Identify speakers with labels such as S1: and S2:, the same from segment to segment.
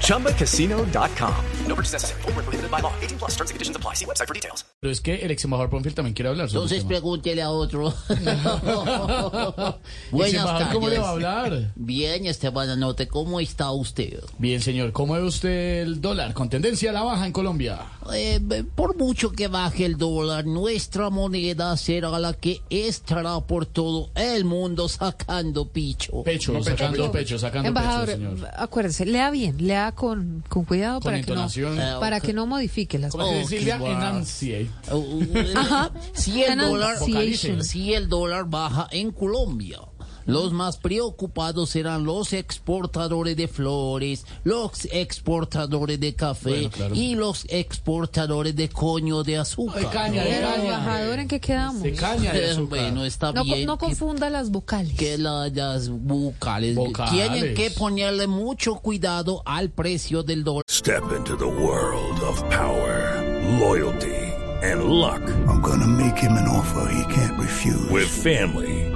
S1: ChumbaCasino.com. No purchase necessary. Void where prohibited by law. 18 plus terms and conditions apply. See website for details.
S2: Pero es que el ex embajador Ponfield también quiere hablar sobre
S3: Entonces
S2: el tema.
S3: pregúntele a otro.
S2: Ex embajador, ¿cómo le va a hablar?
S3: Bien, Esteban Anote, ¿cómo está usted?
S2: Bien, señor, ¿cómo ve usted el dólar con tendencia a la baja en Colombia?
S3: Eh, por mucho que baje el dólar, nuestra moneda será la que estará por todo el mundo sacando picho.
S2: Pecho, sacando pecho, sacando
S4: Embajador,
S2: pecho, señor.
S4: acuérdese, lea bien, lea con, con cuidado
S2: Con
S4: para, que no,
S2: entonación.
S4: para que no modifique las
S2: ¿Cómo
S4: cosas.
S2: se
S3: Eh, Oh,
S2: dice Silvia?
S3: qué guay.
S2: Enancie.
S3: Uh, uh,
S4: Ajá.
S3: si el dólar
S4: Pronunciation.
S3: si el dólar baja en Colombia los más preocupados serán los exportadores de flores, los exportadores de café
S2: Bueno, claro.
S3: y los exportadores de coño de azúcar.
S2: De caña, de
S4: Pero, embajador,
S2: caña.
S4: ¿en qué quedamos?
S2: De caña de
S3: Eh,
S2: azúcar.
S3: bueno, está
S4: No, co-
S3: bien.
S4: no confunda las vocales.
S3: que la- las vocales.
S2: Vocales.
S3: Tienen que ponerle mucho cuidado al precio del dólar.
S5: Step into the world of power, loyalty, and luck. I'm gonna make him an offer he can't refuse. With family,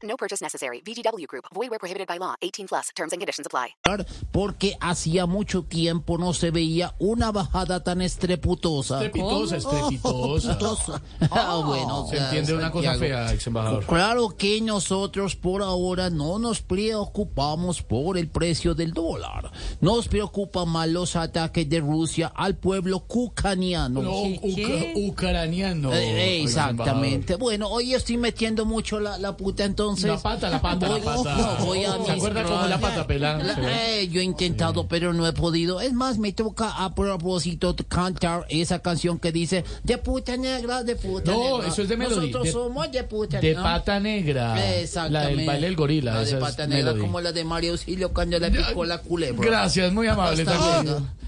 S6: No purchase necessary. VGW Group. Void where prohibited by law. 18 plus. Terms and conditions apply.
S3: porque hacía mucho tiempo no se veía una bajada tan estreputosa.
S2: Estrepitosa, estrepitosa.
S3: Putosa. Ah, bueno, o
S2: Se
S3: sea,
S2: entiende una cosa
S3: Santiago.
S2: fea, ex embajador.
S3: Claro que nosotros por ahora no nos preocupamos por el precio del dólar. Nos preocupan más los ataques de Rusia al pueblo cucaniano.
S2: No, uca- ucraniano.
S3: Eh, eh,
S2: ex embajador.
S3: exactamente. Bueno, hoy estoy metiendo mucho la, la puta entonces.
S2: La pata, la pata, la
S3: Voy-
S2: pata.
S3: voy a
S2: ¿Se
S3: mis
S2: acuerda cómo la pata pelada?
S3: La-
S2: se ve?
S3: eh, yo he intentado, pero no he podido. Es más, me toca a propósito t- cantar esa canción que dice de puta negra, de puta
S2: No,
S3: negra.
S2: eso es de Melody,
S3: Nosotros
S2: de-
S3: somos de puta
S2: De
S3: negra.
S2: pata negra. La
S3: Exactamente.
S2: del baile del gorila.
S3: La de
S2: esa es
S3: pata negra,
S2: Melody.
S3: como la de Mario Silio cuando le picó la culebra.
S2: Gracias, muy amable.
S3: Hasta
S2: también.
S3: luego.